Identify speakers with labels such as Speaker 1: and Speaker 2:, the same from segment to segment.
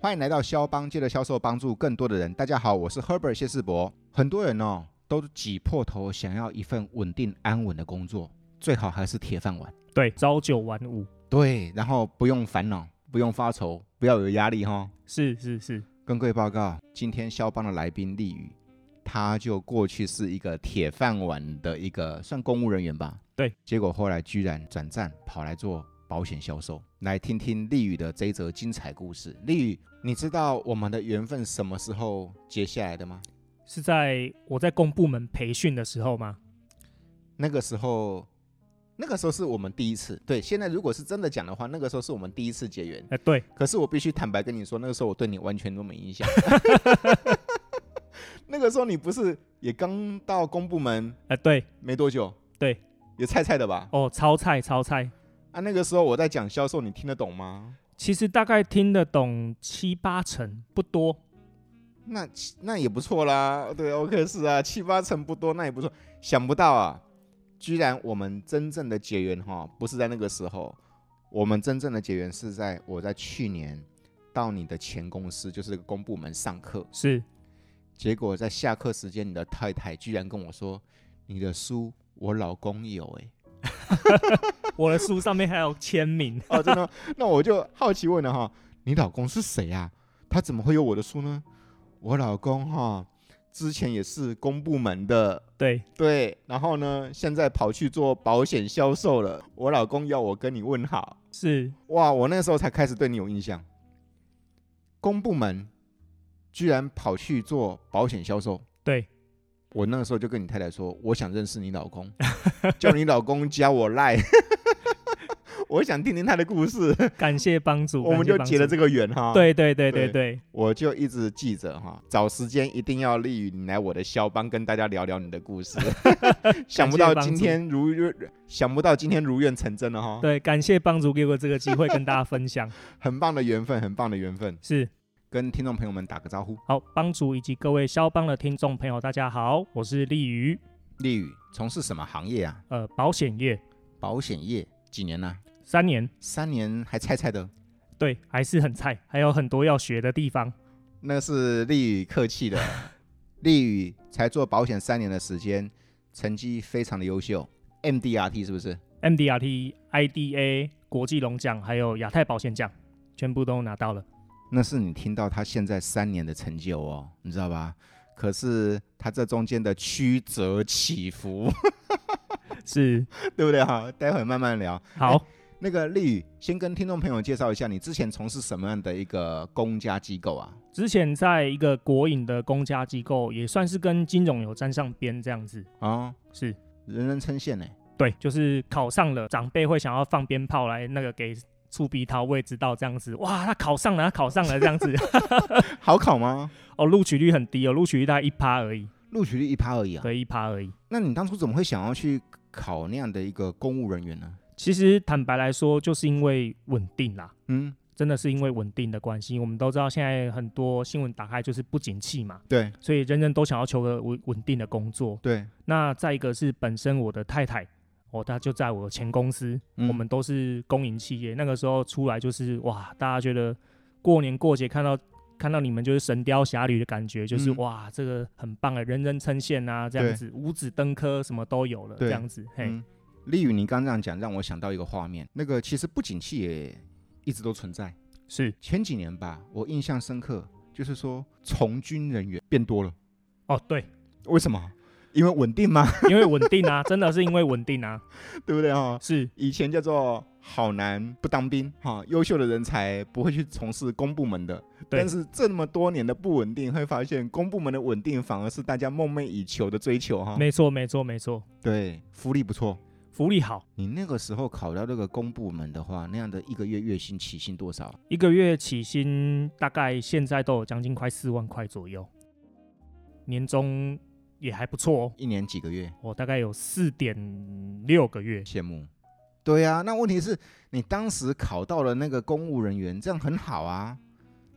Speaker 1: 欢迎来到肖邦，借着销售帮助更多的人。大家好，我是 Herbert 谢世博。很多人哦都挤破头想要一份稳定安稳的工作，最好还是铁饭碗。
Speaker 2: 对，朝九晚五，
Speaker 1: 对，然后不用烦恼，不用发愁，不要有压力哦哈、
Speaker 2: 是是是，
Speaker 1: 跟各位报告，今天肖邦的来宾丽宇，他就过去是一个铁饭碗的一个算公务人员吧，
Speaker 2: 对，
Speaker 1: 结果后来居然转战跑来做保险销售。来听听丽宇的这一则精彩故事。丽宇，你知道我们的缘分什么时候结下来的吗？
Speaker 2: 是在我在公部门培训的时候吗？
Speaker 1: 那个时候，那个时候是我们第一次。对，现在如果是真的讲的话，那个时候是我们第一次结缘。
Speaker 2: 哎、对，
Speaker 1: 可是我必须坦白跟你说，那个时候我对你完全都没印象。 那个时候你不是也刚到公部门
Speaker 2: 哎、对，
Speaker 1: 没多久？
Speaker 2: 对，
Speaker 1: 也菜菜的吧？
Speaker 2: 哦，超菜超菜，
Speaker 1: 啊，那个时候我在讲销售，你听得懂吗？
Speaker 2: 其实大概听得懂七八成，不多。
Speaker 1: 那那也不错啦，对，OK 是啊，七八成不多，那也不错。想不到啊，居然我们真正的结缘哈，不是在那个时候，我们真正的结缘是在我在去年到你的前公司，就是那个公部门上课，
Speaker 2: 是
Speaker 1: 结果在下课时间，你的太太居然跟我说：“你的书我老公有、欸。”
Speaker 2: 我的书上面还有签名，
Speaker 1: 哦，真的吗？ 那我就好奇问了哈，你老公是谁啊？他怎么会有我的书呢？我老公哈，之前也是公部门的，
Speaker 2: 对，
Speaker 1: 对，然后呢，现在跑去做保险销售了。我老公要我跟你问好，
Speaker 2: 是
Speaker 1: 哇，我那时候才开始对你有印象。公部门居然跑去做保险销售，
Speaker 2: 对，
Speaker 1: 我那个时候就跟你太太说，我想认识你老公， 叫你老公加我赖， 我想听听他的故 事，
Speaker 2: 感谢帮 助，
Speaker 1: 我们就结了这
Speaker 2: 个。
Speaker 1: 个缘哈。，
Speaker 2: 对对对
Speaker 1: 对
Speaker 2: 对对，
Speaker 1: 我就一直记着哈，找时间一定要利于你来我的肖邦跟大家聊聊你的故 事。想不到今天如愿，想不到今天如愿成真了哈，
Speaker 2: 对，感谢帮主给我这个机会跟大家分享。
Speaker 1: 很棒的缘分，很棒的缘分，
Speaker 2: 是，
Speaker 1: 跟听众朋友们打个招呼。
Speaker 2: 好，帮主以及各位肖邦的听众朋友，大家好，我是立宇，
Speaker 1: 丽宇从事什么行业啊？
Speaker 2: 呃，保险业
Speaker 1: 保险业几年呢、
Speaker 2: 三年，
Speaker 1: 三年还菜菜的，
Speaker 2: 对，还是很菜，还有很多要学的地方。
Speaker 1: 那是丽宇客气 的。丽宇才做保险三年的时间，成绩非常的优秀，MDRT 是不是？
Speaker 2: MDRT、IDA 国际龙奖，还有亚太保险奖，全部都拿到了。
Speaker 1: 那是你听到他现在三年的成就哦，你知道吧？可是他这中间的曲折起伏，
Speaker 2: 是，
Speaker 1: 对不对哈？待会慢慢聊。
Speaker 2: 好，
Speaker 1: 那个丽宇，先跟听众朋友介绍一下，你之前从事什么样的一个公家机构啊？
Speaker 2: 之前在一个国营的公家机构，也算是跟金融有沾上边这样子。
Speaker 1: 啊、
Speaker 2: 是
Speaker 1: 人人称 羡呢。
Speaker 2: 对，就是考上了，长辈会想要放鞭炮来那个给出鼻桃，我也知道这样子。哇，他考上了，他考上了这样子。
Speaker 1: 好考吗？
Speaker 2: 哦，录取率很低哦，录取率大概一趴而已，
Speaker 1: 录取率一趴而已啊。
Speaker 2: 对，一趴而已。
Speaker 1: 那你当初怎么会想要去考那样的一个公务人员呢？
Speaker 2: 其实坦白来说，就是因为稳定啦，
Speaker 1: 嗯，
Speaker 2: 真的是因为稳定的关系。我们都知道现在很多新闻打开就是不景气嘛，
Speaker 1: 对
Speaker 2: 所以人人都想要求个稳稳定的工作。
Speaker 1: 对，
Speaker 2: 那再一个是本身我的太太。哦，她就在我前公司，
Speaker 1: 嗯
Speaker 2: 我们都是公营企业。那个时候出来就是哇，大家觉得过年过节看到看到你们就是《神雕侠侣》的感觉，就是、
Speaker 1: 嗯
Speaker 2: 哇，这个很棒啊，人人称羡啊，这样
Speaker 1: 对
Speaker 2: 子五子登科什么都有了，
Speaker 1: 对
Speaker 2: 这样子。嘿，
Speaker 1: 嗯。丽宇，你刚这样讲，让我想到一个画面，那个其实不景气也一直都存在。
Speaker 2: 是
Speaker 1: 前几年吧，我印象深刻，就是说从军人员变多了，
Speaker 2: 哦，对，
Speaker 1: 为什么？因为稳定嘛，
Speaker 2: 因为稳定啊， 真的是因为稳定啊，
Speaker 1: 对不对哦？
Speaker 2: 是
Speaker 1: 以前叫做好男不当兵哈，优秀的人才不会去从事公部门的。
Speaker 2: 对
Speaker 1: 但是这么多年的不稳定，会发现公部门的稳定反而是大家梦寐以求的追求哈。
Speaker 2: 没错，没错，没错，
Speaker 1: 对，福利不错。
Speaker 2: 福利好，
Speaker 1: 你那个时候考到那个公部门的话，那样的一个月月薪起薪多少？
Speaker 2: 一个月起薪大概现在都有将近快四万块左右，年终也还不错哦，
Speaker 1: 一年几个月？
Speaker 2: 我大概有四点六个月，
Speaker 1: 羡慕。对呀、那问题是你当时考到了那个公务人员，这样很好啊。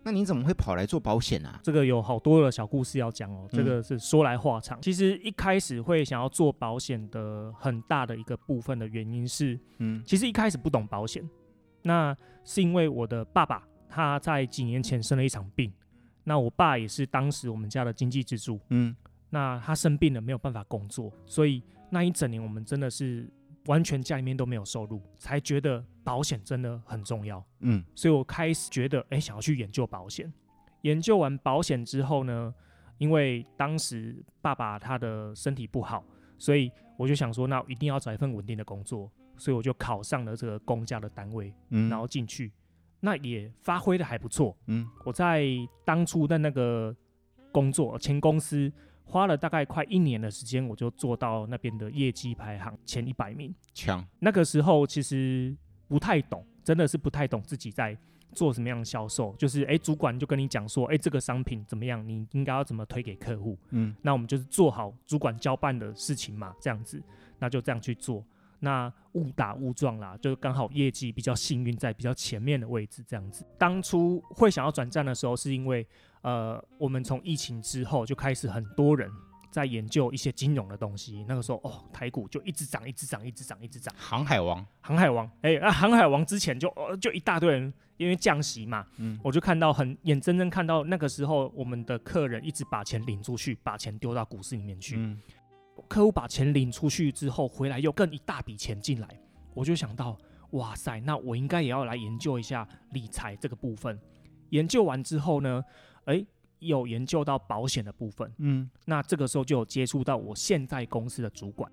Speaker 1: 那你怎么会跑来做保险啊？
Speaker 2: 这个有好多的小故事要讲哦，
Speaker 1: 嗯
Speaker 2: 这个是说来话长。其实一开始会想要做保险的很大的一个部分的原因是，
Speaker 1: 嗯
Speaker 2: 其实一开始不懂保险，那是因为我的爸爸他在几年前生了一场病，那我爸也是当时我们家的经济支柱，
Speaker 1: 嗯，
Speaker 2: 那他生病了没有办法工作，所以那一整年我们真的是完全家里面都没有收入，才觉得保险真的很重要。
Speaker 1: 嗯，
Speaker 2: 所以我开始觉得，哎，想要去研究保险。研究完保险之后呢，因为当时爸爸他的身体不好，所以我就想说，那一定要找一份稳定的工作，所以我就考上了这个公家的单位，
Speaker 1: 嗯，
Speaker 2: 然后进去，那也发挥的还不错。
Speaker 1: 嗯
Speaker 2: 我在当初的那个工作前公司花了大概快一年的时间，我就做到那边的业绩排行前一百名。
Speaker 1: 强，
Speaker 2: 那个时候其实不太懂，真的是不太懂自己在做什么样的销售。就是诶，主管就跟你讲说，诶，这个商品怎么样，你应该要怎么推给客户。
Speaker 1: 嗯
Speaker 2: 那我们就是做好主管交办的事情嘛，这样子，那就这样去做。那误打误撞啦，就是刚好业绩比较幸运，在比较前面的位置这样子。当初会想要转战的时候，是因为呃，我们从疫情之后就开始很多人在研究一些金融的东西。那个时候哦，台股就一直涨，一直涨，一直涨，一直涨。
Speaker 1: 航海王，
Speaker 2: 航海王，哎、那、航海王之前就、哦、就一大堆人因为降息嘛，
Speaker 1: 嗯
Speaker 2: 我就看到很眼睁睁看到那个时候我们的客人一直把钱领出去，把钱丢到股市里面去，
Speaker 1: 嗯
Speaker 2: 客户把钱领出去之后回来又更一大笔钱进来，我就想到，哇塞，那我应该也要来研究一下理财这个部分。研究完之后呢，哎、有研究到保险的部分，
Speaker 1: 嗯
Speaker 2: 那这个时候就有接触到我现在公司的主管，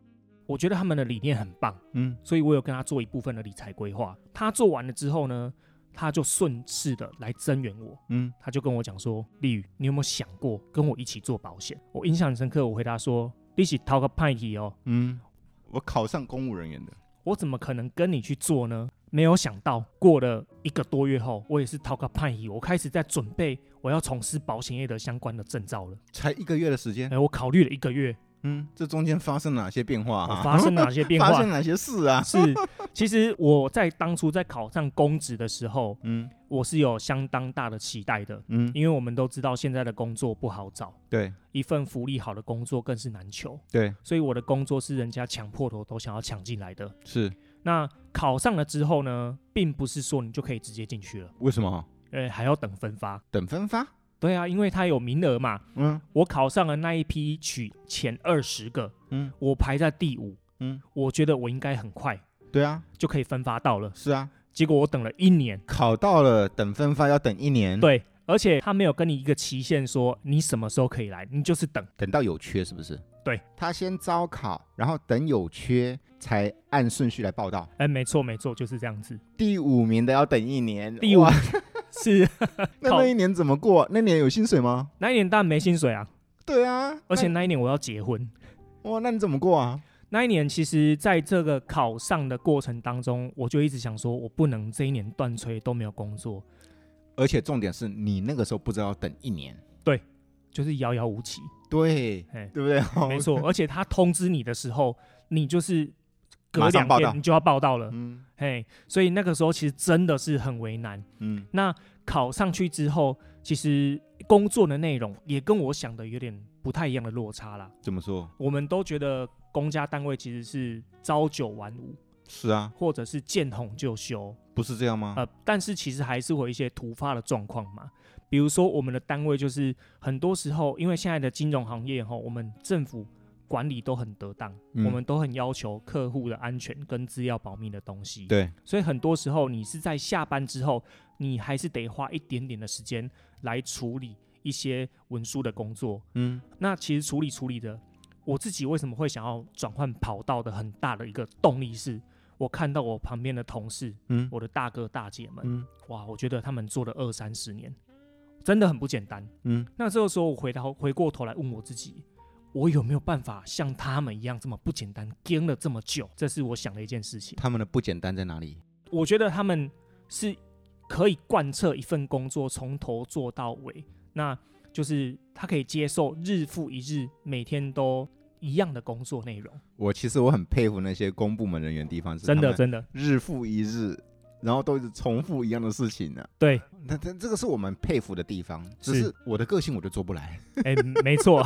Speaker 2: 我觉得他们的理念很棒。
Speaker 1: 嗯
Speaker 2: 所以我有跟他做一部分的理财规划。他做完了之后呢，他就顺势的来增援我，
Speaker 1: 嗯
Speaker 2: 他就跟我讲说：“丽宇，你有没有想过跟我一起做保险？”我印象很深刻，我回答说：“你是掏个派系哦，
Speaker 1: 嗯，我考上公务人员的，
Speaker 2: 我怎么可能跟你去做呢？”没有想到，过了一个多月后，我也是掏个派系，我开始在准备我要从事保险业的相关的证照了。
Speaker 1: 才一个月的时间，
Speaker 2: 哎，我考虑了一个月，
Speaker 1: 嗯，这中间发生哪些变化
Speaker 2: 我
Speaker 1: 啊？
Speaker 2: 发生哪些 变
Speaker 1: 发
Speaker 2: 化
Speaker 1: 生？哪些事啊？
Speaker 2: 是，其实我在当初在考上公职的时候，
Speaker 1: 嗯
Speaker 2: 我是有相当大的期待的，
Speaker 1: 嗯，
Speaker 2: 因为我们都知道现在的工作不好找，
Speaker 1: 对
Speaker 2: 一份福利好的工作更是难求，
Speaker 1: 对
Speaker 2: 所以我的工作是人家抢破头都想要抢进来的。
Speaker 1: 是，
Speaker 2: 那考上了之后呢，并不是说你就可以直接进去了，
Speaker 1: 为什么
Speaker 2: 呃，还要等分发。
Speaker 1: 等分发？
Speaker 2: 对啊，因为它有名额嘛。
Speaker 1: 嗯
Speaker 2: 我考上了那一批取前二十个，
Speaker 1: 嗯
Speaker 2: 我排在第五，
Speaker 1: 嗯，
Speaker 2: 我觉得我应该很快
Speaker 1: 对啊，
Speaker 2: 就可以分发到了。
Speaker 1: 是啊，
Speaker 2: 结果我等了一年，
Speaker 1: 考到了等分发要等一年，，
Speaker 2: 对，而且他没有跟你一个期限说你什么时候可以来，你就是等。
Speaker 1: 等到有缺是不是？
Speaker 2: 对，
Speaker 1: 他先招考，然后等有缺才按顺序来报道。
Speaker 2: 哎，没错没错，就是这样子。
Speaker 1: 第五名的要等一年，
Speaker 2: 第五
Speaker 1: 哇
Speaker 2: 是
Speaker 1: 那
Speaker 2: 靠
Speaker 1: 那一年怎么过？那年有薪水吗？
Speaker 2: 那一年当然没薪水啊，
Speaker 1: 对啊，
Speaker 2: 而且那一年我要结婚。
Speaker 1: 那哇，那你怎么过啊？
Speaker 2: 那一年其实在这个考上的过程当中，我就一直想说，我不能这一年断吹都没有工作，
Speaker 1: 而且重点是你那个时候不知道要等一年，
Speaker 2: 就是遥遥无期。
Speaker 1: 对
Speaker 2: 哎，
Speaker 1: 对不哦对？
Speaker 2: 没错，而且他通知你的时候，你就是隔
Speaker 1: 马上
Speaker 2: 两
Speaker 1: 报
Speaker 2: 天
Speaker 1: 到
Speaker 2: 你就要报到了，
Speaker 1: 嗯
Speaker 2: 嘿，所以那个时候其实真的是很为难。
Speaker 1: 嗯
Speaker 2: 那考上去之后，其实工作的内容也跟我想的有点不太一样的落差啦。
Speaker 1: 怎么说？
Speaker 2: 我们都觉得公家单位其实是朝九晚五，
Speaker 1: 是啊，
Speaker 2: 或者是见红就休，
Speaker 1: 不是这样吗？
Speaker 2: 呃，但是其实还是会有一些突发的状况嘛。比如说我们的单位就是很多时候，因为现在的金融行业哈，我们政府管理都很得当，
Speaker 1: 嗯
Speaker 2: 我们都很要求客户的安全跟资料保密的东西。
Speaker 1: 对，
Speaker 2: 所以很多时候你是在下班之后，你还是得花一点点的时间来处理一些文书的工作。
Speaker 1: 嗯
Speaker 2: 那其实处理处理的，我自己为什么会想要转换跑道的很大的一个动力是，我看到我旁边的同事，
Speaker 1: 嗯
Speaker 2: 我的大哥大姐们，
Speaker 1: 嗯
Speaker 2: 哇，我觉得他们做了二三十年，真的很不简单。
Speaker 1: 嗯，
Speaker 2: 那这个时候我回到回过头来问我自己，我有没有办法像他们一样这么不简单，跟了这么久？这是我想的一件事情。
Speaker 1: 他们的不简单在哪里？
Speaker 2: 我觉得他们是可以贯彻一份工作从头做到尾，那就是他可以接受日复一日，每天都一样的工作内容，
Speaker 1: 我其实我很佩服那些公部门人员的地方，是
Speaker 2: 真
Speaker 1: 他
Speaker 2: 的
Speaker 1: 们
Speaker 2: 真的
Speaker 1: 日复一日，然后都一直重复一样的事情呢、啊
Speaker 2: 对，
Speaker 1: 那这这个是我们佩服的地方，只
Speaker 2: 是
Speaker 1: 是我的个性我就做不来。
Speaker 2: 哎、没错。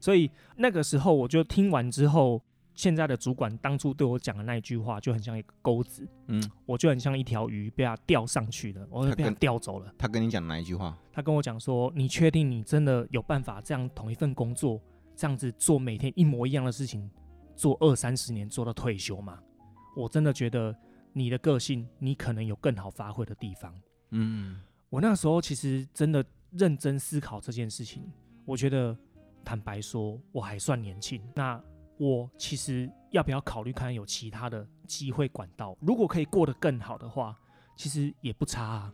Speaker 2: 所以那个时候我就听完之后，现在的主管当初对我讲的那一句话，就很像一个钩子，
Speaker 1: 嗯，
Speaker 2: 我就很像一条鱼被他钓上去了，我
Speaker 1: 他
Speaker 2: 被他
Speaker 1: 跟
Speaker 2: 钓走了。
Speaker 1: 他跟你讲哪一句话？
Speaker 2: 他跟我讲说：“你确定你真的有办法这样同一份工作，这样子做每天一模一样的事情，做二三十年做到退休吗？”我真的觉得你的个性，你可能有更好发挥的地方。
Speaker 1: 嗯，
Speaker 2: 我那时候其实真的认真思考这件事情，我觉得坦白说，我还算年轻。那我其实要不要考虑看看有其他的机会管道？如果可以过得更好的话，其实也不差啊。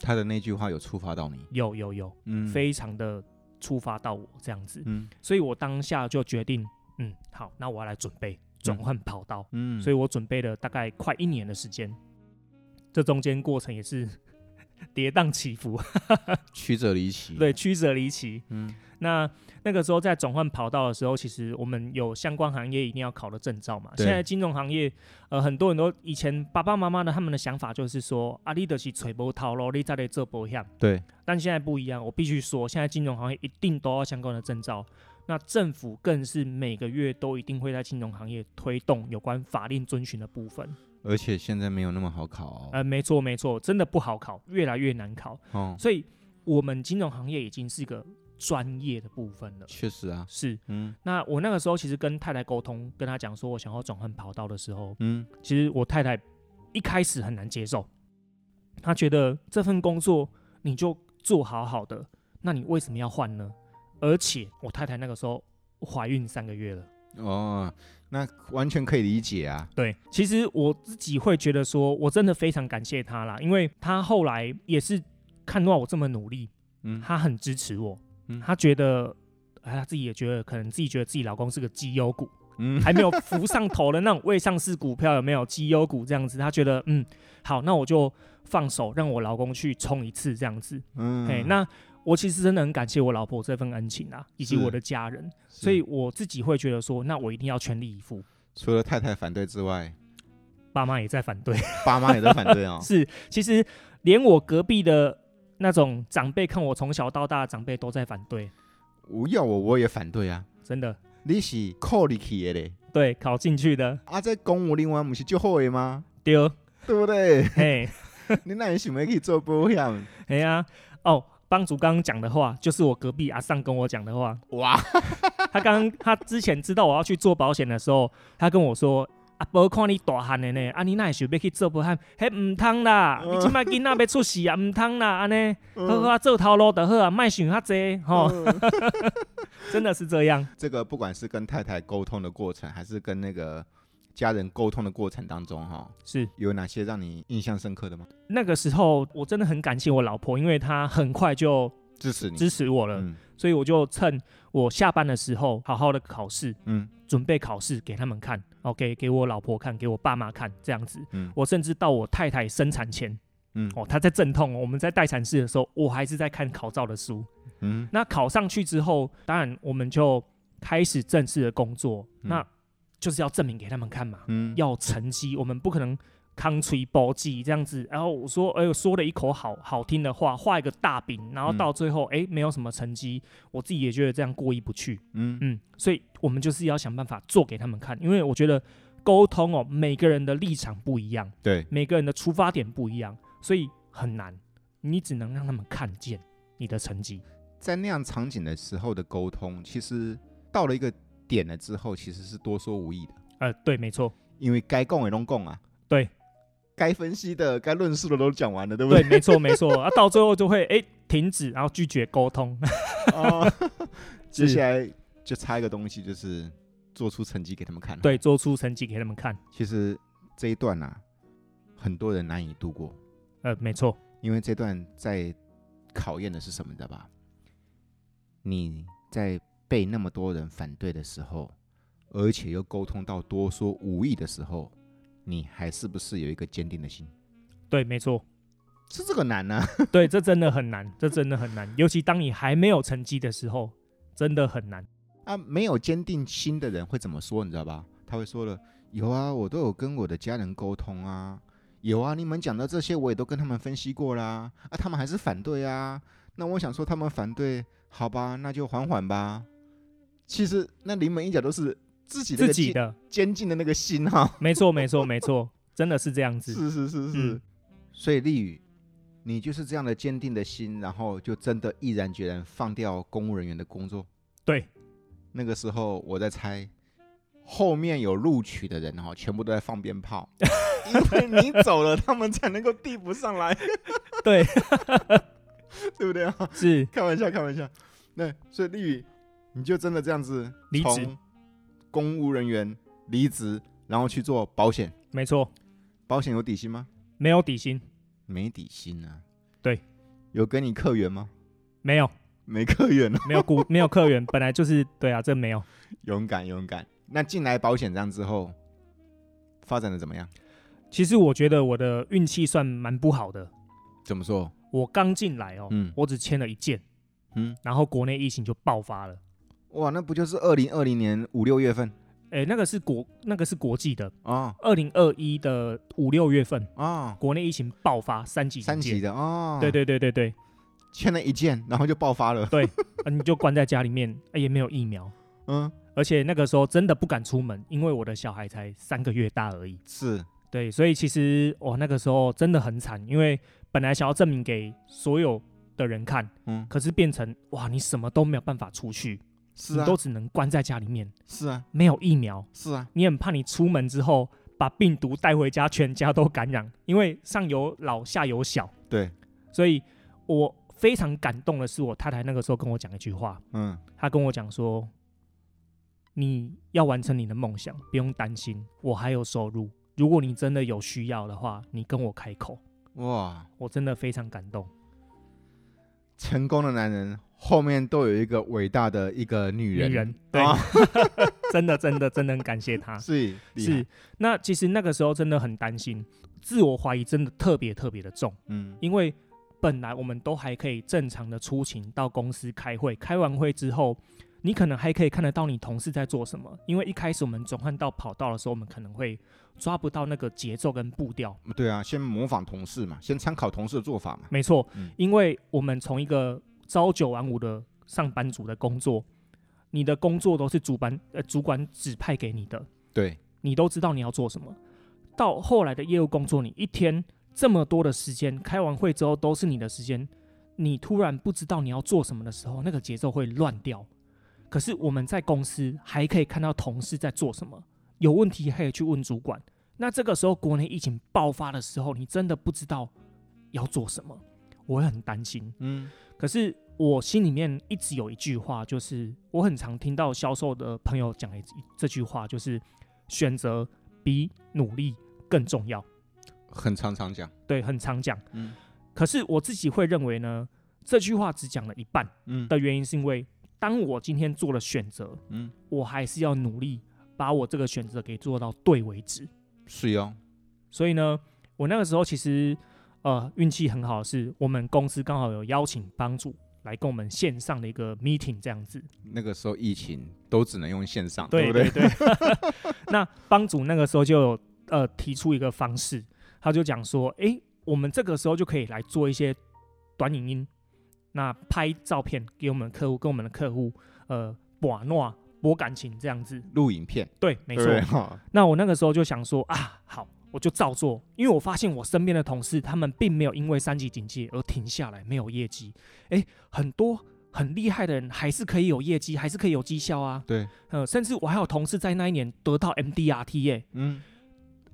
Speaker 1: 他的那句话有触发到你，
Speaker 2: 有有有，
Speaker 1: 嗯，
Speaker 2: 非常的触发到我这样子，
Speaker 1: 嗯
Speaker 2: 所以我当下就决定，嗯，好，那我要来准备转换跑道。
Speaker 1: 嗯，
Speaker 2: 所以
Speaker 1: 以
Speaker 2: 我准备了大概快一年的时间，这中间过程也是 跌宕起伏，
Speaker 1: 嗯曲折离奇，，
Speaker 2: 对，曲折离奇。
Speaker 1: 嗯
Speaker 2: 那那个时候在转换跑道的时候，其实我们有相关行业一定要考的证照嘛。
Speaker 1: 对
Speaker 2: 现在金融行业，呃，很多人都以前爸爸妈妈的他们的想法就是说，啊，你就是吹波套咯，你在这做保险。
Speaker 1: 对，
Speaker 2: 但现在不一样，我必须说，现在金融行业一定都要相关的证照。那政府更是每个月都一定会在金融行业推动有关法令遵循的部分。
Speaker 1: 而且现在没有那么好考
Speaker 2: 呃，没错没错，真的不好考，越来越难考。
Speaker 1: 哦，
Speaker 2: 所以我们金融行业已经是个专业的部分了。
Speaker 1: 确实啊，
Speaker 2: 是，
Speaker 1: 嗯
Speaker 2: 那我那个时候其实跟太太沟通，跟她讲说我想要转换跑道的时候，
Speaker 1: 嗯
Speaker 2: 其实我太太一开始很难接受，她觉得这份工作你就做好好的，那你为什么要换呢？而且我太太那个时候怀孕三个月了。
Speaker 1: 哦，那完全可以理解啊，
Speaker 2: 对，其实我自己会觉得说，我真的非常感谢她啦，因为她后来也是看到我这么努力，
Speaker 1: 嗯
Speaker 2: 她很支持我
Speaker 1: 嗯，
Speaker 2: 她觉得，哎，她自己也觉得，可能自己觉得自己老公是个绩优股，
Speaker 1: 嗯
Speaker 2: 还没有浮上头的那种未上市股票有没有绩优股这样子？他觉得嗯，好，那我就放手让我老公去冲一次这样子。
Speaker 1: 嗯，
Speaker 2: 哎、那我其实真的很感谢我老婆这份恩情啊，以及
Speaker 1: 是
Speaker 2: 我的家人，
Speaker 1: 是
Speaker 2: 所以我自己会觉得说，那我一定要全力以赴。
Speaker 1: 除了太太反对之外，
Speaker 2: 爸妈也在反对，，
Speaker 1: 爸妈也在反对哦
Speaker 2: 是，其实连我隔壁的那种长辈，看我从小到大的长辈都在反对，
Speaker 1: 我要我我也反对啊，
Speaker 2: 真的。
Speaker 1: 你是靠你去的嘞，
Speaker 2: 对，考进去的
Speaker 1: 啊，这公务另外不是就好的吗？
Speaker 2: 丢，
Speaker 1: 对不 对？
Speaker 2: 嘿，
Speaker 1: 你那也想要去做保险？
Speaker 2: 哎呀、哦，帮主刚刚讲的话，就是我隔壁阿尚跟我讲的话，
Speaker 1: 哇，
Speaker 2: 他刚他之前知道我要去做保险的时候，他跟我说：“啊，无看你大汉的呢，啊，你哪会想要去做保险？迄毋通啦，
Speaker 1: 嗯
Speaker 2: 你即摆囡仔要出事啊，毋通啦，安尼，好好
Speaker 1: 嗯
Speaker 2: 啊，做头路就好啊，莫想遐济
Speaker 1: 哦
Speaker 2: 吼，真的是这样。
Speaker 1: 这个不管是跟太太沟通的过程，还是跟那个家人沟通的过程当中，哈，
Speaker 2: 是
Speaker 1: 有哪些让你印象深刻的吗？
Speaker 2: 那个时候，我真的很感谢我老婆，因为她很快就
Speaker 1: 支持你，
Speaker 2: 支持我了，
Speaker 1: 嗯
Speaker 2: 所以我就趁我下班的时候，好好的考试，
Speaker 1: 嗯
Speaker 2: 准备考试给他们看，哦，给给我老婆看，给我爸妈看，这样子。
Speaker 1: 嗯
Speaker 2: 我甚至到我太太生产前。
Speaker 1: 嗯
Speaker 2: 哦，他在阵痛，我们在待产室的时候，我还是在看考照的书。
Speaker 1: 嗯
Speaker 2: 那考上去之后，当然我们就开始正式的工作，
Speaker 1: 嗯
Speaker 2: 那就是要证明给他们看嘛，
Speaker 1: 嗯，
Speaker 2: 要成绩，我们不可能康吹包记这样子。然后我说，哎、呦，说了一口好好听的话，画一个大饼，然后
Speaker 1: 嗯
Speaker 2: 到最后，哎、没有什么成绩，我自己也觉得这样过意不去。
Speaker 1: 嗯
Speaker 2: 嗯，所以我们就是要想办法做给他们看，因为我觉得沟通哦，每个人的立场不一样。
Speaker 1: 对，
Speaker 2: 每个人的出发点不一样，所以很难。你只能让他们看见你的成绩。
Speaker 1: 在那样场景的时候的沟通，其实到了一个点了之后，其实是多说无益的，
Speaker 2: 呃，对，没错，
Speaker 1: 因为该供也都供啊，
Speaker 2: 对，
Speaker 1: 该分析的、该论述的都讲完了，对不
Speaker 2: 对，？没错，没错。 啊，到最后就会哎、停止，然后拒绝沟通。
Speaker 1: 哦，接
Speaker 2: 是
Speaker 1: 下来就差一个东西，就是做出成绩给他们看。，
Speaker 2: 对，做出成绩给他们看。
Speaker 1: 其实这一段啊，很多人难以度过，
Speaker 2: 呃，没错，
Speaker 1: 因为这段在考验的是什么，你知道吧？你在被那么多人反对的时候，而且又沟通到多说无益的时候，你还是不是有一个坚定的心？
Speaker 2: 对，没错，
Speaker 1: 是这个难啊呢、
Speaker 2: 对，这真的很难，这真的很难。尤其当你还没有成绩的时候，真的很难。
Speaker 1: 啊，没有坚定心的人会怎么说？你知道吧？他会说了，有啊，我都有跟我的家人沟通啊，有啊，你们讲的这些我也都跟他们分析过啦，啊，他们还是反对啊。那我想说，他们反对，好吧，那就缓缓吧。其实那临门一脚都是自己那
Speaker 2: 自
Speaker 1: 个
Speaker 2: 己
Speaker 1: 坚
Speaker 2: 的，
Speaker 1: 坚定的那个心啊哈、
Speaker 2: 没错，没错，没错，真的是这 样子。
Speaker 1: 是是是是。
Speaker 2: 嗯
Speaker 1: 所以丽宇，你就是这样的坚定的心，然后就真的毅然决然放掉公务人员的工作。
Speaker 2: 对，
Speaker 1: 那个时候我在猜，后面有录取的人哈、哦，全部都在放鞭 炮，因为你走了，他们才能够递不上来。
Speaker 2: 对，
Speaker 1: 对不对 啊？
Speaker 2: 是
Speaker 1: 开玩笑，开玩笑。那所以丽宇，你就真的这样子
Speaker 2: 离职，
Speaker 1: 从公务人员离职，然后去做保险。
Speaker 2: 没错，
Speaker 1: 保险有底薪吗？
Speaker 2: 没有底薪，
Speaker 1: 没底薪啊。
Speaker 2: 对，
Speaker 1: 有跟你客源吗？
Speaker 2: 没有，
Speaker 1: 没客源啊。
Speaker 2: 没有股，没有客源，本来就是对啊，这没有。
Speaker 1: 勇敢，勇敢。那进来保险站之后，发展的怎么样？
Speaker 2: 其实我觉得我的运气算蛮不好的。
Speaker 1: 怎么说？
Speaker 2: 我刚进来哦，
Speaker 1: 嗯
Speaker 2: 我只签了一件，
Speaker 1: 嗯，
Speaker 2: 然后国内疫情就爆发了。
Speaker 1: 哇，那不就是二零二零年五六月份
Speaker 2: 诶，那个是国，那个是国际的，
Speaker 1: 啊
Speaker 2: 二零二一的五六月份，
Speaker 1: 啊，
Speaker 2: 国内疫情爆发三级警戒
Speaker 1: 三级的啊，
Speaker 2: 对，对对对对，
Speaker 1: 签了一件，然后就爆发了。
Speaker 2: 啊你就关在家里面， 啊也没有疫苗，
Speaker 1: 嗯，
Speaker 2: 而且那个时候真的不敢出门，因为我的小孩才三个月大而已。
Speaker 1: 是
Speaker 2: 对，所以其实我那个时候真的很惨，因为本来想要证明给所有的人看，
Speaker 1: 嗯
Speaker 2: 可是变成哇，你什么都没有办法出去，
Speaker 1: 是啊
Speaker 2: 你，都只能关在家里面，
Speaker 1: 是啊，
Speaker 2: 没有疫苗，
Speaker 1: 是啊，
Speaker 2: 你很怕你出门之后把病毒带回家，全家都感染，因为上有老下有小，
Speaker 1: 对，
Speaker 2: 所以我非常感动的是，我太太那个时候跟我讲一句话，
Speaker 1: 嗯
Speaker 2: 她跟我讲说：“你要完成你的梦想，不用担心，我还有收入。如果你真的有需要的话，你跟我开口。
Speaker 1: 哇，”
Speaker 2: 我真的非常感动，
Speaker 1: 成功的男人后面都有一个伟大的一个女人，
Speaker 2: 对，
Speaker 1: 啊
Speaker 2: 真的真的真的很感谢 她。
Speaker 1: 是厉害
Speaker 2: 是，那其实那个时候真的很担心，自我怀疑真的特别特别的重。
Speaker 1: 嗯
Speaker 2: 因为本来我们都还可以正常的出勤到公司开会，开完会之后，你可能还可以看得到你同事在做什么。因为一开始我们转换到跑道的时候，我们可能会抓不到那个节奏跟步调。
Speaker 1: 对啊，先模仿同事嘛，先参考同事的做法嘛，
Speaker 2: 没错，
Speaker 1: 嗯
Speaker 2: 因为我们从一个朝九晚五的上班族的工作，你的工作都是主管呃主管指派给你的，
Speaker 1: 对，
Speaker 2: 你都知道你要做什么。到后来的业务工作，你一天这么多的时间，开完会之后都是你的时间，你突然不知道你要做什么的时候，那个节奏会乱掉。可是我们在公司还可以看到同事在做什么，有问题还可以去问主管。那这个时候国内疫情爆发的时候，你真的不知道要做什么，我会很担心。
Speaker 1: 嗯
Speaker 2: 可是我心里面一直有一句话，就是我很常听到销售的朋友讲的这句话，就是选择比努力更重要。
Speaker 1: 很常常讲，
Speaker 2: 对，很常讲。
Speaker 1: 嗯
Speaker 2: 可是我自己会认为呢，这句话只讲了一半
Speaker 1: 嗯
Speaker 2: 的原因，是因为当我今天做了选择，
Speaker 1: 嗯，
Speaker 2: 我还是要努力把我这个选择给做到对为止。
Speaker 1: 是哦，
Speaker 2: 所以呢，我那个时候其实呃运气很好的是，我们公司刚好有邀请帮主来跟我们线上的一个 meeting 这样子。
Speaker 1: 那个时候疫情都只能用线上，
Speaker 2: 对
Speaker 1: 不对？
Speaker 2: 对 那帮主那个时候就有呃提出一个方式，他就讲说，诶，我们这个时候就可以来做一些短影音，那拍照片给我们客户，跟我们的客户呃把诺博感情这样子。
Speaker 1: 录影片，
Speaker 2: 对，没
Speaker 1: 对
Speaker 2: 错。
Speaker 1: 不对？哈，
Speaker 2: 那我那个时候就想说啊，好，我就照做，因为我发现我身边的同事他们并没有因为三级警戒而停下来，没有业绩。诶，很多很厉害的人还是可以有业绩，还是可以有绩效啊。
Speaker 1: 对，
Speaker 2: 呃，甚至我还有同事在那一年得到 MDRT 耶、
Speaker 1: 嗯，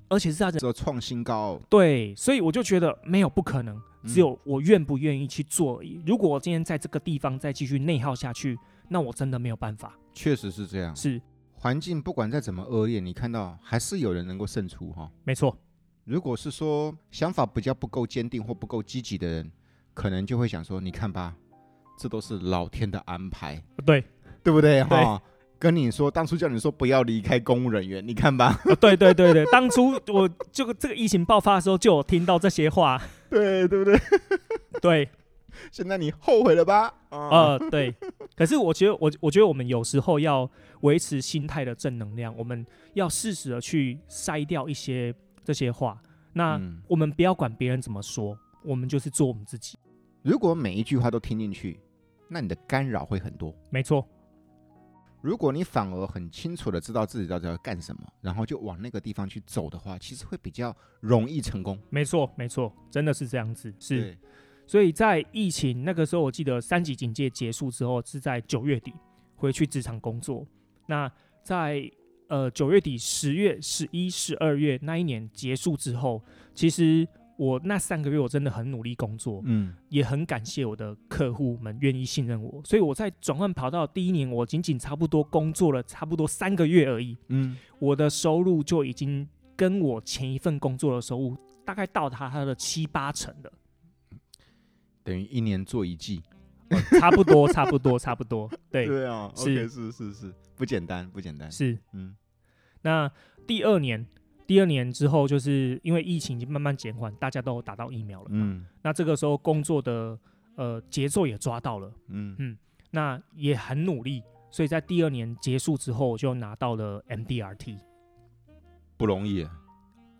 Speaker 2: 而且是他人
Speaker 1: 只有创新高，
Speaker 2: 对，所以我就觉得没有不可能，
Speaker 1: 嗯
Speaker 2: 只有我愿不愿意去做而已。如果我今天在这个地方再继续内耗下去，那我真的没有办法。
Speaker 1: 嗯确实是这样。
Speaker 2: 是，
Speaker 1: 环境不管再怎么恶劣，你看到还是有人能够胜出哈。
Speaker 2: 没错，
Speaker 1: 如果是说想法比较不够坚定或不够积极的人，可能就会想说：你看吧，这都是老天的安排，
Speaker 2: 呃对，
Speaker 1: 对不对？哈，跟你说，当初叫你说不要离开公务人员，你看吧，
Speaker 2: 呃对对对对，当初我这个这个疫情爆发的时候就有听到这些话，
Speaker 1: 对对不对？
Speaker 2: 对，
Speaker 1: 现在你后悔了吧？啊、
Speaker 2: 呃，对。可是我觉得，我我觉得我们有时候要维持心态的正能量，我们要适时的去筛掉一些这些话。那
Speaker 1: 嗯
Speaker 2: 我们不要管别人怎么说，我们就是做我们自己。
Speaker 1: 如果每一句话都听进去，那你的干扰会很多。
Speaker 2: 没错，
Speaker 1: 如果你反而很清楚的知道自己到底要干什么，然后就往那个地方去走的话，其实会比较容易成功。
Speaker 2: 没错，没错，真的是这样子，是。
Speaker 1: 对，
Speaker 2: 所以在疫情那个时候，我记得三级警戒结束之后是在九月底回去职场工作。那在呃九月底、十月、十一、十二月那一年结束之后，其实我那三个月我真的很努力工作，
Speaker 1: 嗯，
Speaker 2: 也很感谢我的客户们愿意信任我。所以我在转换跑道第一年，我仅仅差不多工作了差不多三个月而已，
Speaker 1: 嗯，
Speaker 2: 我的收入就已经跟我前一份工作的收入大概到达它的七八成了。
Speaker 1: 等于一年做一季。
Speaker 2: 差不多， 差不多，差不多，对，
Speaker 1: 啊
Speaker 2: 是 OK，
Speaker 1: 是是是，不简单，不简单。
Speaker 2: 是。
Speaker 1: 嗯
Speaker 2: 那第二年，第二年之后，就是因为疫情已经慢慢减缓，大家都打到疫苗了。
Speaker 1: 嗯
Speaker 2: 那这个时候工作的呃节奏也抓到了，
Speaker 1: 嗯
Speaker 2: 那也很努力，所以在第二年结束之后，我就拿到了 MDRT。
Speaker 1: 不容易。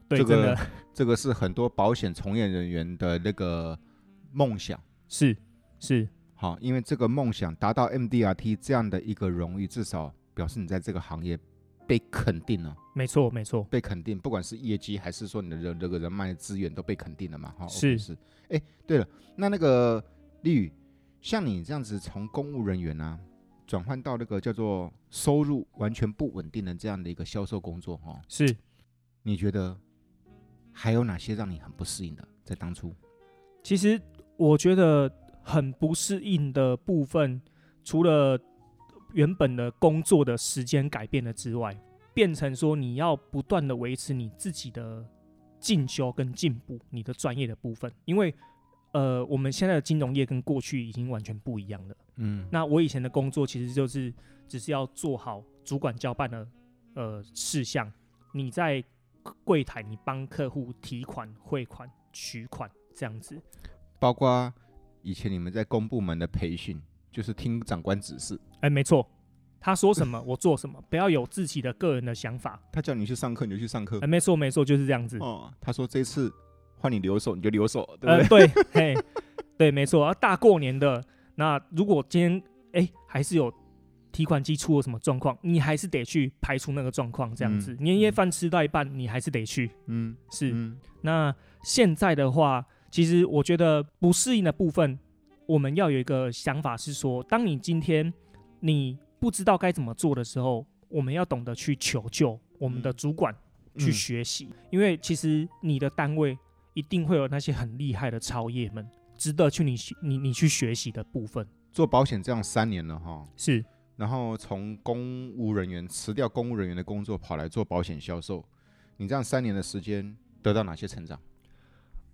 Speaker 2: 对，
Speaker 1: 这个
Speaker 2: 真的
Speaker 1: 这个是很多保险从业人员的那个梦想。
Speaker 2: 是是，
Speaker 1: 好，因为这个梦想达到 MDRT 这样的一个荣誉，至少表示你在这个行业被肯定了，
Speaker 2: 没错没错，
Speaker 1: 被肯定，不管是业绩还是说你的人这个人脉资源都被肯定了嘛。哈，
Speaker 2: 是
Speaker 1: OK，是。哎，对了，那那个丽宇，像你这样子从公务人员啊，转换到那个叫做收入完全不稳定的这样的一个销售工作，哈，
Speaker 2: 是
Speaker 1: 你觉得还有哪些让你很不适应的？在当初，
Speaker 2: 其实我觉得很不适应的部分，除了原本的工作的时间改变了之外，变成说你要不断的维持你自己的进修跟进步，你的专业的部分，因为呃，我们现在的金融业跟过去已经完全不一样了。
Speaker 1: 嗯
Speaker 2: 那我以前的工作其实就是只是要做好主管交办的呃事项，你在柜台你帮客户提款、汇款、取款这样子。
Speaker 1: 包括以前你们在公部门的培训，就是听长官指示，
Speaker 2: 哎，没错，他说什么我做什么，不要有自己的个人的想法。
Speaker 1: 他叫你去上课你就去上课
Speaker 2: 哎，，没错没错，就是这样子。
Speaker 1: 嗯哦，他说这次换你留守你就留守，对不
Speaker 2: 呃
Speaker 1: 对？，
Speaker 2: 对，嘿，对，没错。啊大过年的，那如果今天哎还是有提款机出了什么状况，你还是得去排除那个状况，这样子。
Speaker 1: 嗯
Speaker 2: 年夜
Speaker 1: 嗯
Speaker 2: 饭吃到一半，你还是得去。
Speaker 1: 嗯，
Speaker 2: 是，
Speaker 1: 嗯
Speaker 2: 那现在的话，其实我觉得不适应的部分，我们要有一个想法是说，当你今天你不知道该怎么做的时候，我们要懂得去求救我们的
Speaker 1: 嗯
Speaker 2: 主管去学习，因为其实你的单位一定会有那些很厉害的超业们，值得去你学你你去学习的部分。
Speaker 1: 做保险这样三年了哈，
Speaker 2: 是
Speaker 1: 然后从公务人员辞掉公务人员的工作，跑来做保险销售，你这样三年的时间得到哪些成长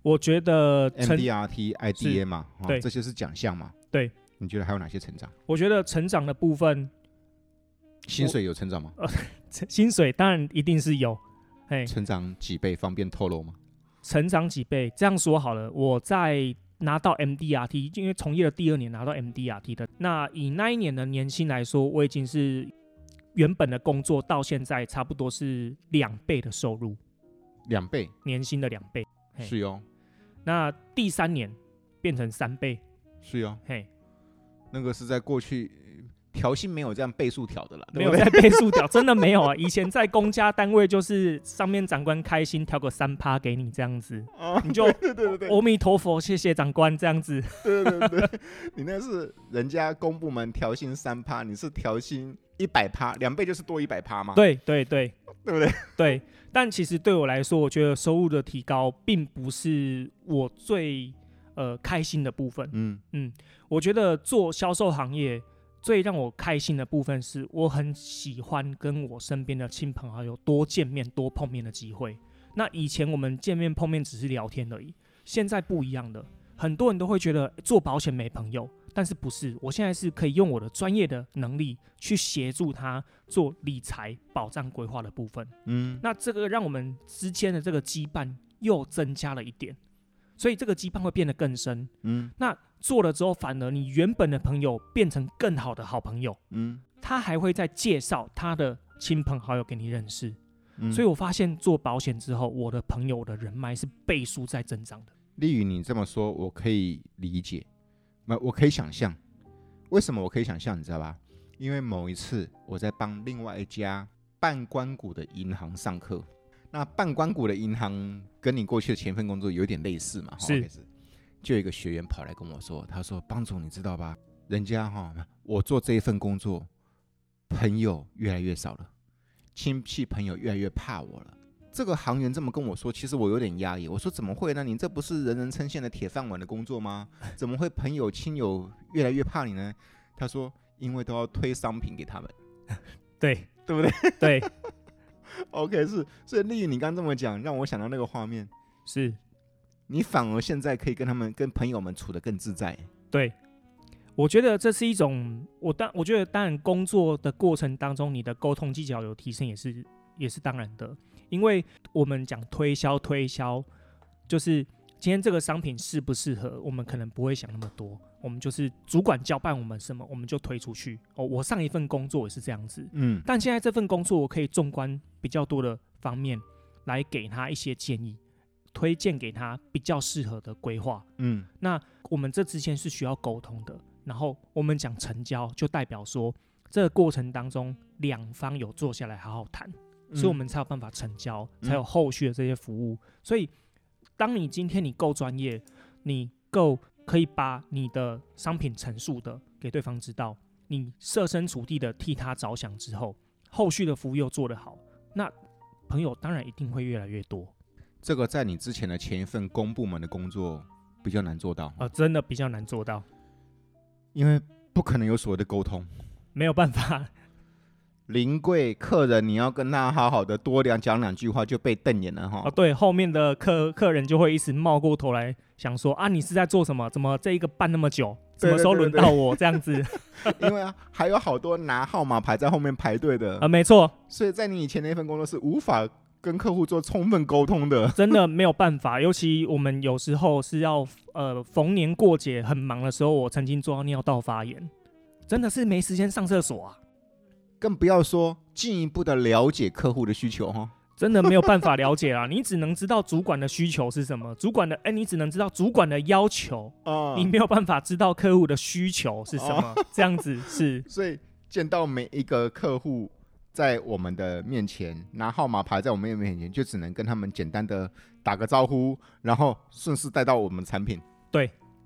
Speaker 2: 我觉得成
Speaker 1: ？MDRT、IDA 嘛，哈
Speaker 2: 对
Speaker 1: 这些是奖项嘛，
Speaker 2: 对，
Speaker 1: 你觉得还有哪些成长？
Speaker 2: 我觉得成长的部分，
Speaker 1: 薪水有成长
Speaker 2: 呃
Speaker 1: 吗？
Speaker 2: 成 薪水当然一定是有，嘿，
Speaker 1: 成长几倍？方便透露吗？
Speaker 2: 成长几倍。这样说好了，我在拿到 MDRT，因为从业的第二年拿到 MDRT 的，那以那一年的年薪来说，我已经是原本的工作到现在差不多是两倍的收入，
Speaker 1: 两倍
Speaker 2: 年薪的两倍。嘿
Speaker 1: 是哦哟、
Speaker 2: 那第三年变成三倍，
Speaker 1: 是哦哟、
Speaker 2: 嘿，
Speaker 1: 那个是在过去呃调薪没有这样倍数调的啦，
Speaker 2: 没
Speaker 1: 对
Speaker 2: 有
Speaker 1: 不对？
Speaker 2: 在倍数掉， 真的没有啊。以前在公家单位就是上面长官开心调个三趴给你这样子，
Speaker 1: 啊，
Speaker 2: 你就
Speaker 1: 对对对对
Speaker 2: 阿弥陀佛，谢谢长官这样子。
Speaker 1: 对对对对，你那是人家公部门调薪三趴，你是调薪一百趴，两倍就是多一百趴嘛，
Speaker 2: 对对对，
Speaker 1: 对不对？
Speaker 2: 对，但其实对我来说，我觉得收入的提高并不是我最呃开心的部分。
Speaker 1: 嗯
Speaker 2: 我觉得做销售行业最让我开心的部分是，我很喜欢跟我身边的亲朋好友多见面、多碰面的机会。那以前我们见面碰面只是聊天而已，现在不一样了。很多人都会觉得诶做保险没朋友，但是不是？我现在是可以用我的专业的能力去协助他做理财、保障规划的部分。
Speaker 1: 嗯，
Speaker 2: 那这个让我们之间的这个羁绊又增加了一点，所以这个羁绊会变得更深。
Speaker 1: 嗯
Speaker 2: 做了之后，反而你原本的朋友变成更好的好朋友，
Speaker 1: 嗯
Speaker 2: 他还会再介绍他的亲朋好友给你认识。
Speaker 1: 嗯
Speaker 2: 所以我发现做保险之后，我的朋友我的人脉是倍数在增长的。
Speaker 1: 例如你这么说，我可以理解，那我可以想象，为什么我可以想象，你知道吧？因为某一次我在帮另外一家半关谷的银行上课，那半关谷的银行跟你过去的前一份工作有点类似嘛，哈
Speaker 2: 是
Speaker 1: 类似就有一个学员跑来跟我说，他说：“帮主，你知道吧？人家哈、我做这一份工作，朋友越来越少了，亲戚朋友越来越怕我了。”这个行员这么跟我说，其实我有点压抑。我说：“怎么会呢？你这不是人人称羡的铁饭碗的工作吗？怎么会朋友亲友越来越怕你呢？”他说：“因为都要推商品给他们，
Speaker 2: 对
Speaker 1: 对不对
Speaker 2: 对
Speaker 1: ？”OK，是。所以丽宇，你刚这么讲，让我想到那个画面，
Speaker 2: 是，
Speaker 1: 你反而现在可以跟他们、跟朋友们处得更自在。
Speaker 2: 对。我觉得这是一种，我当我觉得当然工作的过程当中，你的沟通技巧有提升也是也是当然的，因为我们讲推销推销，就是今天这个商品适不适合，我们可能不会想那么多，我们就是主管交办我们什么，我们就推出去。哦，我上一份工作也是这样子，
Speaker 1: 嗯，
Speaker 2: 但现在这份工作，我可以纵观比较多的方面来给他一些建议，推荐给他比较适合的规划。
Speaker 1: 嗯，
Speaker 2: 我们这之间是需要沟通的，然后我们讲成交，就代表说这个过程当中两方有坐下来好好谈，所以我们才有办法成交，
Speaker 1: 嗯
Speaker 2: 才有后续的这些服务。所以，当你今天你够专业，你够可以把你的商品陈述的给对方知道，你设身处地的替他着想之后，后续的服务又做得好，那朋友当然一定会越来越多。
Speaker 1: 这个在你之前的前一份公部门的工作比较难做到，
Speaker 2: 呃，真的比较难做到，
Speaker 1: 因为不可能有所谓的沟通。
Speaker 2: 没有办法，
Speaker 1: 临柜客人，你要跟他好好的多两讲两句话就被瞪眼了哈。
Speaker 2: 哦，对，后面的客客人就会一直冒过头来，想说啊，你是在做什么？怎么这一个办那么久？什
Speaker 1: 对
Speaker 2: 么时候
Speaker 1: 对
Speaker 2: 轮
Speaker 1: 对对
Speaker 2: 到我这样子？
Speaker 1: 因为啊，还有好多拿号码牌在后面排队的，
Speaker 2: 啊，没错，
Speaker 1: 所以在你以前那份工作是无法跟客户做充分沟通的。
Speaker 2: 真的没有办法。尤其我们有时候是要呃逢年过节很忙的时候，我曾经做到尿道发炎，真的是没时间上厕所啊，
Speaker 1: 更不要说进一步的了解客户的需求哈。
Speaker 2: 真的没有办法了解啊。你只能知道主管的需求是什么，主管的哎，你只能知道主管的要求，
Speaker 1: 啊
Speaker 2: 你没有办法知道客户的需求是什么。这样子是
Speaker 1: 所以见到每一个客户在我们的面前拿号码牌在我们面前，就只能跟他们简单的打个招呼，然后顺势带到我们的产品。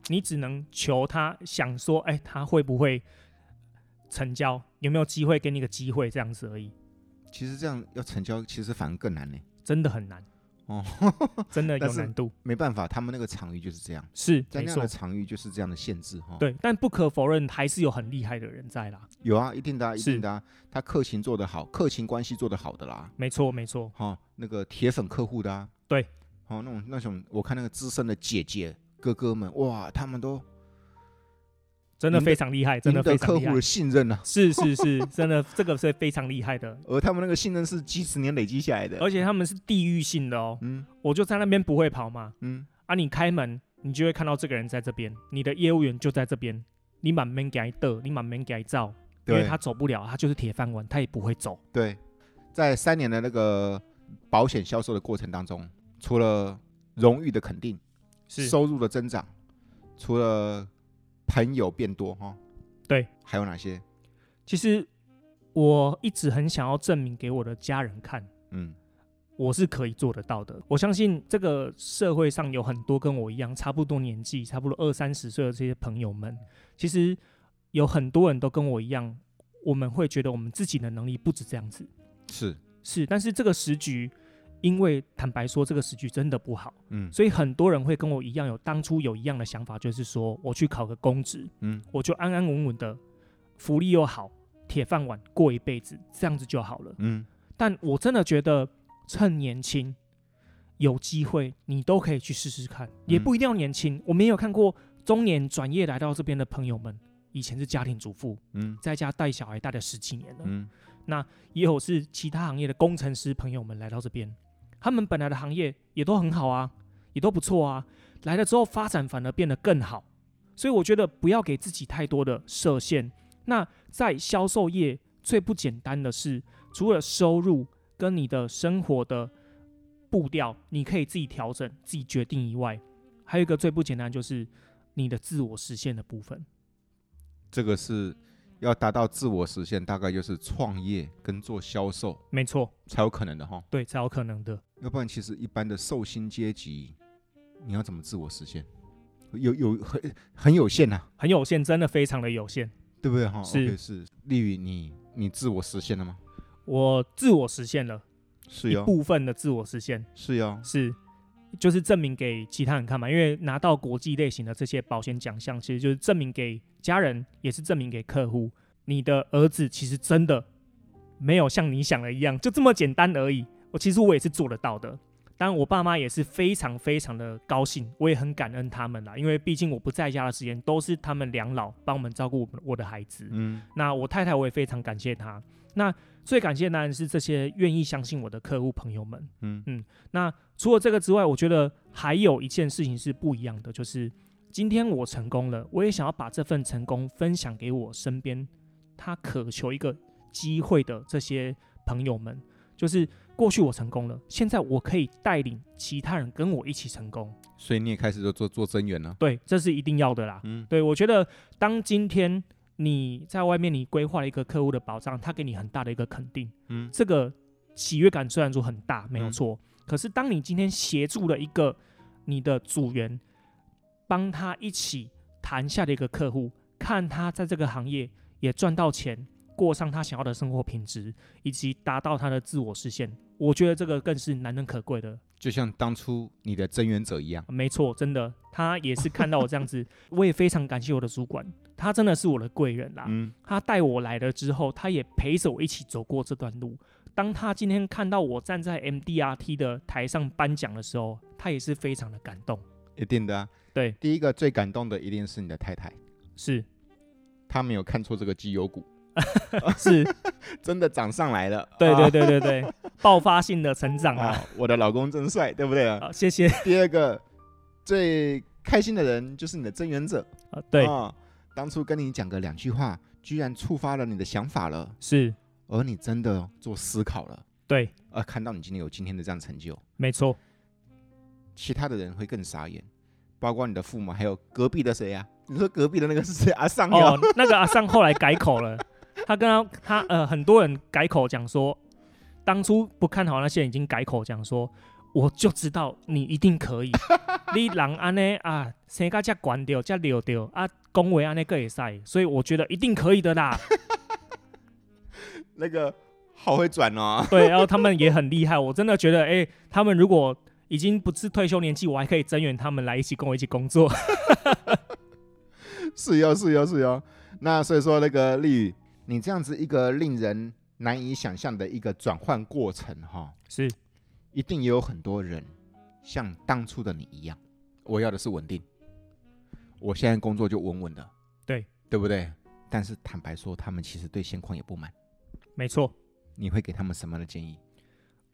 Speaker 2: 你只能求他想说，哎、他会不会成交？有没有机会给你个机会？这样子而已，
Speaker 1: 其实这样要成交，其实反而更难呢。
Speaker 2: 真的很难，
Speaker 1: 哦，
Speaker 2: 真的
Speaker 1: 但
Speaker 2: 有
Speaker 1: 是
Speaker 2: 难度。
Speaker 1: 没办法，他们那个场域就是这样，
Speaker 2: 是
Speaker 1: 在
Speaker 2: 没
Speaker 1: 那样的
Speaker 2: 错，
Speaker 1: 场域就是这样的限制哈。，
Speaker 2: 对，但不可否认，还是有很厉害的人在啦。
Speaker 1: 有啊，一定的、啊，一
Speaker 2: 是
Speaker 1: 定的、啊。他客情做得好，客情关系做得好的啦。
Speaker 2: 没错，没错，
Speaker 1: 哈、那个铁粉客户的、啊，
Speaker 2: 对，
Speaker 1: 哦，那种那种，我看那个资深的姐姐哥哥们，哇，他们都
Speaker 2: 真的
Speaker 1: 赢得
Speaker 2: 非常厉害，真
Speaker 1: 赢
Speaker 2: 的
Speaker 1: 得
Speaker 2: 非常
Speaker 1: 客
Speaker 2: 厉害
Speaker 1: 户的。信任啊，
Speaker 2: 是是是，真的， 这个是非常厉害的，
Speaker 1: 而他们那个信任是几十年累积下来的。
Speaker 2: 而且他们是地域性的哦。
Speaker 1: 嗯
Speaker 2: 我就在那边不会跑嘛，
Speaker 1: 嗯，
Speaker 2: 啊，你开门，你就会看到这个人在这边，你的业务员就在这边，你满面给他逗，你满面给他照，因为
Speaker 1: 对
Speaker 2: 他走不了，他就是铁饭碗，他也不会走。
Speaker 1: 对，在三年的那个保险销售的过程当中，除了荣誉的肯定，收入的增长，除了朋友变多哈，
Speaker 2: 对，
Speaker 1: 还有哪些？
Speaker 2: 其实我一直很想要证明给我的家人看，
Speaker 1: 嗯
Speaker 2: 我是可以做得到的。我相信这个社会上有很多跟我一样差不多年纪，差不多二三十岁的这些朋友们，其实有很多人都跟我一样，我们会觉得我们自己的能力不止这样子，
Speaker 1: 是，
Speaker 2: 是，但是这个时局。因为坦白说，这个时局真的不好，
Speaker 1: 嗯
Speaker 2: 所以很多人会跟我一样，有当初有一样的想法，就是说我去考个公职，
Speaker 1: 嗯，
Speaker 2: 我就安安稳稳的，福利又好，铁饭碗过一辈子，这样子就好了。
Speaker 1: 嗯，
Speaker 2: 但我真的觉得，趁年轻有机会，你都可以去试试看，也不一定要年轻。我们也有看过中年转业来到这边的朋友们，以前是家庭主妇，
Speaker 1: 嗯
Speaker 2: 在家带小孩带了十几年了，
Speaker 1: 嗯
Speaker 2: 也有是其他行业的工程师朋友们来到这边，他们本来的行业也都很好啊，也都不错啊，来了之后发展反而变得更好，所以我觉得不要给自己太多的设限。那在销售业最不简单的是，除了收入跟你的生活的步调，你可以自己调整、自己决定以外，还有一个最不简单就是你的自我实现的部分。
Speaker 1: 这个是要达到自我实现，大概就是创业跟做销售
Speaker 2: 没错，
Speaker 1: 才有可能的哈。
Speaker 2: 对，才有可能的。
Speaker 1: 要不然，其实一般的寿星阶级，你要怎么自我实现？有有很很有限呐、
Speaker 2: 很有限，真的非常的有限。
Speaker 1: 对不对哈？
Speaker 2: 是
Speaker 1: OK，是。例如你你自我实现了吗？
Speaker 2: 我自我实现了
Speaker 1: 是
Speaker 2: 一
Speaker 1: 哟，
Speaker 2: 部分的自我实现，
Speaker 1: 是哟，
Speaker 2: 是就是证明给其他人看嘛。因为拿到国际类型的这些保险奖项，其实就是证明给家人，也是证明给客户，你的儿子其实真的没有像你想的一样，就这么简单而已。我其实我也是做得到的。当然，我爸妈也是非常非常的高兴，我也很感恩他们啦，因为毕竟我不在家的时间都是他们两老帮我们照顾我们我的孩子。
Speaker 1: 嗯，
Speaker 2: 那我太太我也非常感谢她。那最感谢当然是这些愿意相信我的客户朋友们。
Speaker 1: 嗯
Speaker 2: 那除了这个之外，我觉得还有一件事情是不一样的，就是今天我成功了，我也想要把这份成功分享给我身边他渴求一个机会的这些朋友们。就是过去我成功了，现在我可以带领其他人跟我一起成功。
Speaker 1: 所以你也开始就做做增援了。
Speaker 2: 对，这是一定要的啦。
Speaker 1: 嗯
Speaker 2: 对，我觉得当今天你在外面你规划了一个客户的保障，他给你很大的一个肯定，
Speaker 1: 嗯，
Speaker 2: 这个喜悦感虽然说很大，没有
Speaker 1: 嗯
Speaker 2: 错，可是当你今天协助了一个你的组员，帮他一起谈下的一个客户，看他在这个行业也赚到钱，过上他想要的生活品质，以及达到他的自我实现，我觉得这个更是难能可贵的。
Speaker 1: 就像当初你的增援者一样。
Speaker 2: 没错，真的，他也是看到我这样子，我也非常感谢我的主管，他真的是我的贵人啦。
Speaker 1: 嗯，
Speaker 2: 他带我来了之后，他也陪着我一起走过这段路。当他今天看到我站在 MDRT 的台上颁奖的时候，他也是非常的感动。
Speaker 1: 一定的啊。
Speaker 2: 对
Speaker 1: 第一个最感动的一定是你的太太，
Speaker 2: 是
Speaker 1: 她没有看错这个绩优股，
Speaker 2: 是，
Speaker 1: 真的涨上来了。
Speaker 2: 对对
Speaker 1: 啊
Speaker 2: 对对对， 爆发性的成长啊！
Speaker 1: 啊，我的老公真帅，对不对啊？
Speaker 2: 啊，谢 谢。
Speaker 1: 第二个最开心的人就是你的增援者，
Speaker 2: 啊，对，
Speaker 1: 啊当初跟你讲个两句话，居然触发了你的想法了，
Speaker 2: 是，
Speaker 1: 而你真的做思考了，
Speaker 2: 对，
Speaker 1: 而看到你今天有今天的这样成就，
Speaker 2: 没错，
Speaker 1: 其他的人会更傻眼，包括你的父母，还有隔壁的谁呀、你说隔壁的那个是谁？啊阿尚哟
Speaker 2: 哦， 那个阿尚后来改口了，他跟他他呃，很多人改口讲说，当初不看好那些人已经改口讲说，我就知道你一定可以，你人安呢啊，生个这管掉，这溜掉啊，恭维安呢个也塞，所以我觉得一定可以的啦。
Speaker 1: 那个好会转哦。
Speaker 2: 对，然后他们也很厉害，我真的觉得，哎、他们如果已经不是退休年纪，我还可以增援他们来一起跟我一起工作。
Speaker 1: 是哟，是哟，是哟。那所以说，那个丽宇，你这样子一个令人难以想象的一个转换过程，哈，
Speaker 2: 是
Speaker 1: 一定也有很多人像当初的你一样，我要的是稳定，我现在工作就稳稳的，
Speaker 2: 对
Speaker 1: 对不对？但是坦白说，他们其实对现况也不满。
Speaker 2: 没错，
Speaker 1: 你会给他们什么样的建议？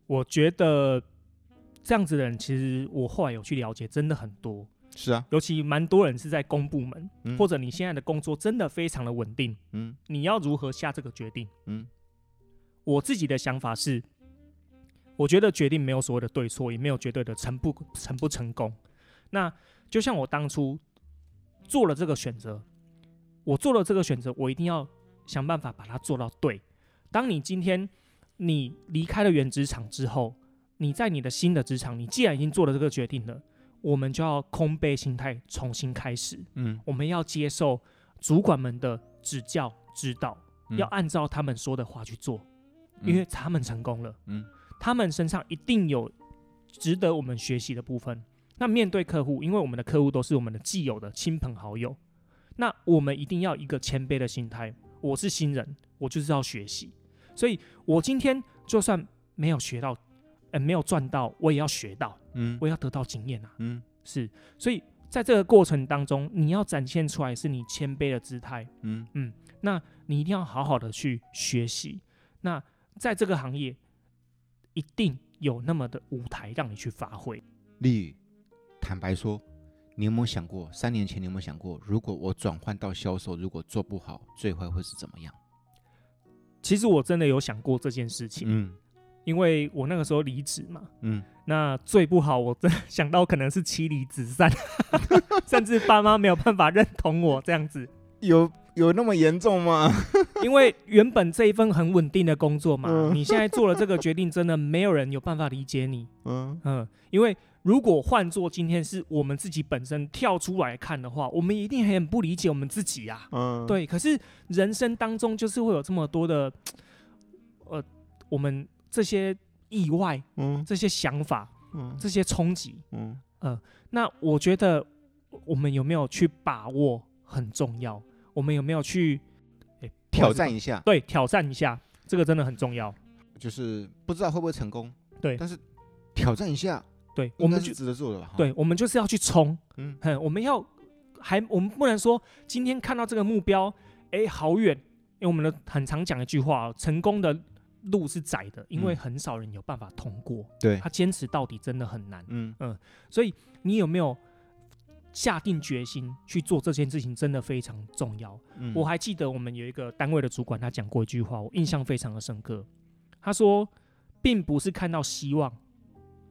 Speaker 2: 我觉得这样子的人，其实我后来有去了解，真的很多。
Speaker 1: 是啊，
Speaker 2: 尤其蛮多人是在公部门，
Speaker 1: 嗯
Speaker 2: 或者你现在的工作真的非常的稳定，
Speaker 1: 嗯
Speaker 2: 你要如何下这个决定？
Speaker 1: 嗯，
Speaker 2: 我自己的想法是，我觉得决定没有所谓的对错，也没有绝对的成不成不成功。那就像我当初做了这个选择，我做了这个选择，我一定要想办法把它做到对。当你今天你离开了原职场之后，你在你的新的职场，你既然已经做了这个决定了，我们就要空杯心态重新开始。
Speaker 1: 嗯，
Speaker 2: 我们要接受主管们的指教指导，
Speaker 1: 嗯
Speaker 2: 要按照他们说的话去做，
Speaker 1: 嗯
Speaker 2: 因为他们成功了，
Speaker 1: 嗯，
Speaker 2: 他们身上一定有值得我们学习的部分。那面对客户，因为我们的客户都是我们的既有的亲朋好友，那我们一定要一个谦卑的心态。我是新人，我就是要学习，所以我今天就算没有学到，呃，没有赚到，我也要学到，
Speaker 1: 嗯
Speaker 2: 我也要得到经验啊。
Speaker 1: 嗯
Speaker 2: 是，所以在这个过程当中，你要展现出来是你谦卑的姿态，
Speaker 1: 嗯
Speaker 2: 你一定要好好的去学习。那在这个行业，一定有那么的舞台让你去发挥。
Speaker 1: 丽宇，坦白说，你有没有想过，三年前你有没有想过，如果我转换到销售，如果做不好，最坏会是怎么样？
Speaker 2: 其实我真的有想过这件事情，
Speaker 1: 嗯
Speaker 2: 因为我那个时候离职嘛，
Speaker 1: 嗯，
Speaker 2: 那最不好我真的想到可能 是妻离子散，甚至爸妈没有办法认同我这样子。
Speaker 1: 有有那么严重吗？
Speaker 2: 因为原本这一份很稳定的工作嘛，
Speaker 1: 嗯
Speaker 2: 你现在做了这个决定，真的没有人有办法理解你。
Speaker 1: 嗯，
Speaker 2: 嗯，因为如果换做今天是我们自己本身跳出来看的话，我们一定很不理解我们自己呀、
Speaker 1: 嗯，
Speaker 2: 对，可是人生当中就是会有这么多的，呃，我们这些意外、
Speaker 1: 嗯，
Speaker 2: 这些想法、
Speaker 1: 嗯
Speaker 2: 这些冲击，
Speaker 1: 嗯
Speaker 2: 那我觉得我们有没有去把握很重要，我们有没有去、诶
Speaker 1: 挑战？一下，
Speaker 2: 对，挑战一下，这个真的很重要。
Speaker 1: 就是不知道会不会成功，
Speaker 2: 对
Speaker 1: 但是挑战一下，
Speaker 2: 对，我
Speaker 1: 应该
Speaker 2: 们
Speaker 1: 是
Speaker 2: 就
Speaker 1: 值得做的吧？哈，
Speaker 2: 对，我们就是要去冲，
Speaker 1: 啊嗯
Speaker 2: 哼，我们要还我们不能说今天看到这个目标，诶，好远，因为我们的很常讲一句话、哦，成功的路是窄的，因为
Speaker 1: 嗯
Speaker 2: 很少人有办法通过，
Speaker 1: 对，
Speaker 2: 他坚持到底真的很难。
Speaker 1: 嗯
Speaker 2: 所以你有没有下定决心去做这件事情，真的非常重要。
Speaker 1: 嗯，
Speaker 2: 我还记得我们有一个单位的主管，他讲过一句话，我印象非常的深刻。他说，并不是看到希望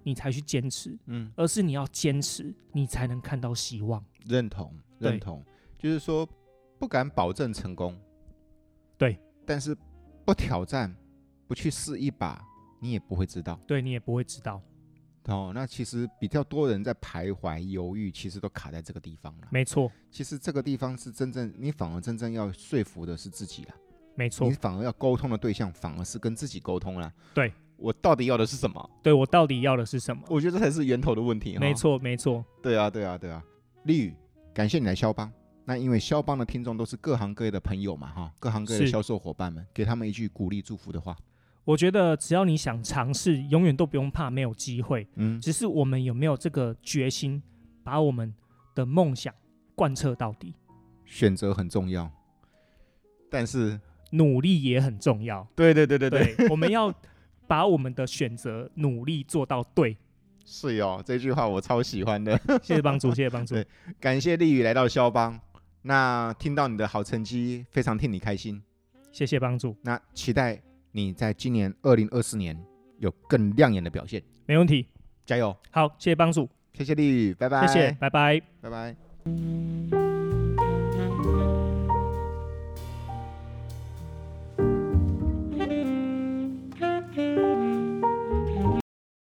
Speaker 2: 你才去坚持，
Speaker 1: 嗯
Speaker 2: 而是你要坚持，你才能看到希望。
Speaker 1: 认同
Speaker 2: 对
Speaker 1: 认同，就是说不敢保证成功，
Speaker 2: 对，
Speaker 1: 但是不挑战，不去试一把，你也不会知道。
Speaker 2: 对你也不会知道，
Speaker 1: 哦，那其实比较多人在徘徊犹豫，其实都卡在这个地方了。
Speaker 2: 没错，
Speaker 1: 其实这个地方是真正你反而真正要说服的是自己了，
Speaker 2: 没错
Speaker 1: 你，反而要沟通的对象反而是跟自己沟通了。
Speaker 2: 对，
Speaker 1: 我到底要的是什么？
Speaker 2: 对我到底要的是什么？
Speaker 1: 我觉得这才是源头的问题。哦哈
Speaker 2: 没，错，没错，
Speaker 1: 对啊，对啊，对啊。丽宇，感谢你来肖邦。那因为肖邦的听众都是各行各业的朋友嘛，哈，各行各业的
Speaker 2: 是
Speaker 1: 销售伙伴们，给他们一句鼓励祝福的话。
Speaker 2: 我觉得只要你想尝试，永远都不用怕没有机会，
Speaker 1: 嗯，
Speaker 2: 只是我们有没有这个决心，把我们的梦想贯彻到底。
Speaker 1: 选择很重要，但是，
Speaker 2: 努力也很重要，
Speaker 1: 对对对对对，
Speaker 2: 对， 我们要把我们的选择努力做到对。
Speaker 1: 是哟，这句话我超喜欢的。
Speaker 2: 谢谢帮主，谢谢帮主
Speaker 1: 对，感谢丽宇来到肖邦，那听到你的好成绩，非常替你开心。
Speaker 2: 谢谢帮主，
Speaker 1: 那期待你在今年二零二四年有更亮眼的表现，
Speaker 2: 没问题。
Speaker 1: 加油！
Speaker 2: 好，谢谢帮主，
Speaker 1: 谢谢丽宇，拜拜，
Speaker 2: 谢谢，拜拜。
Speaker 1: 拜拜。
Speaker 3: Thank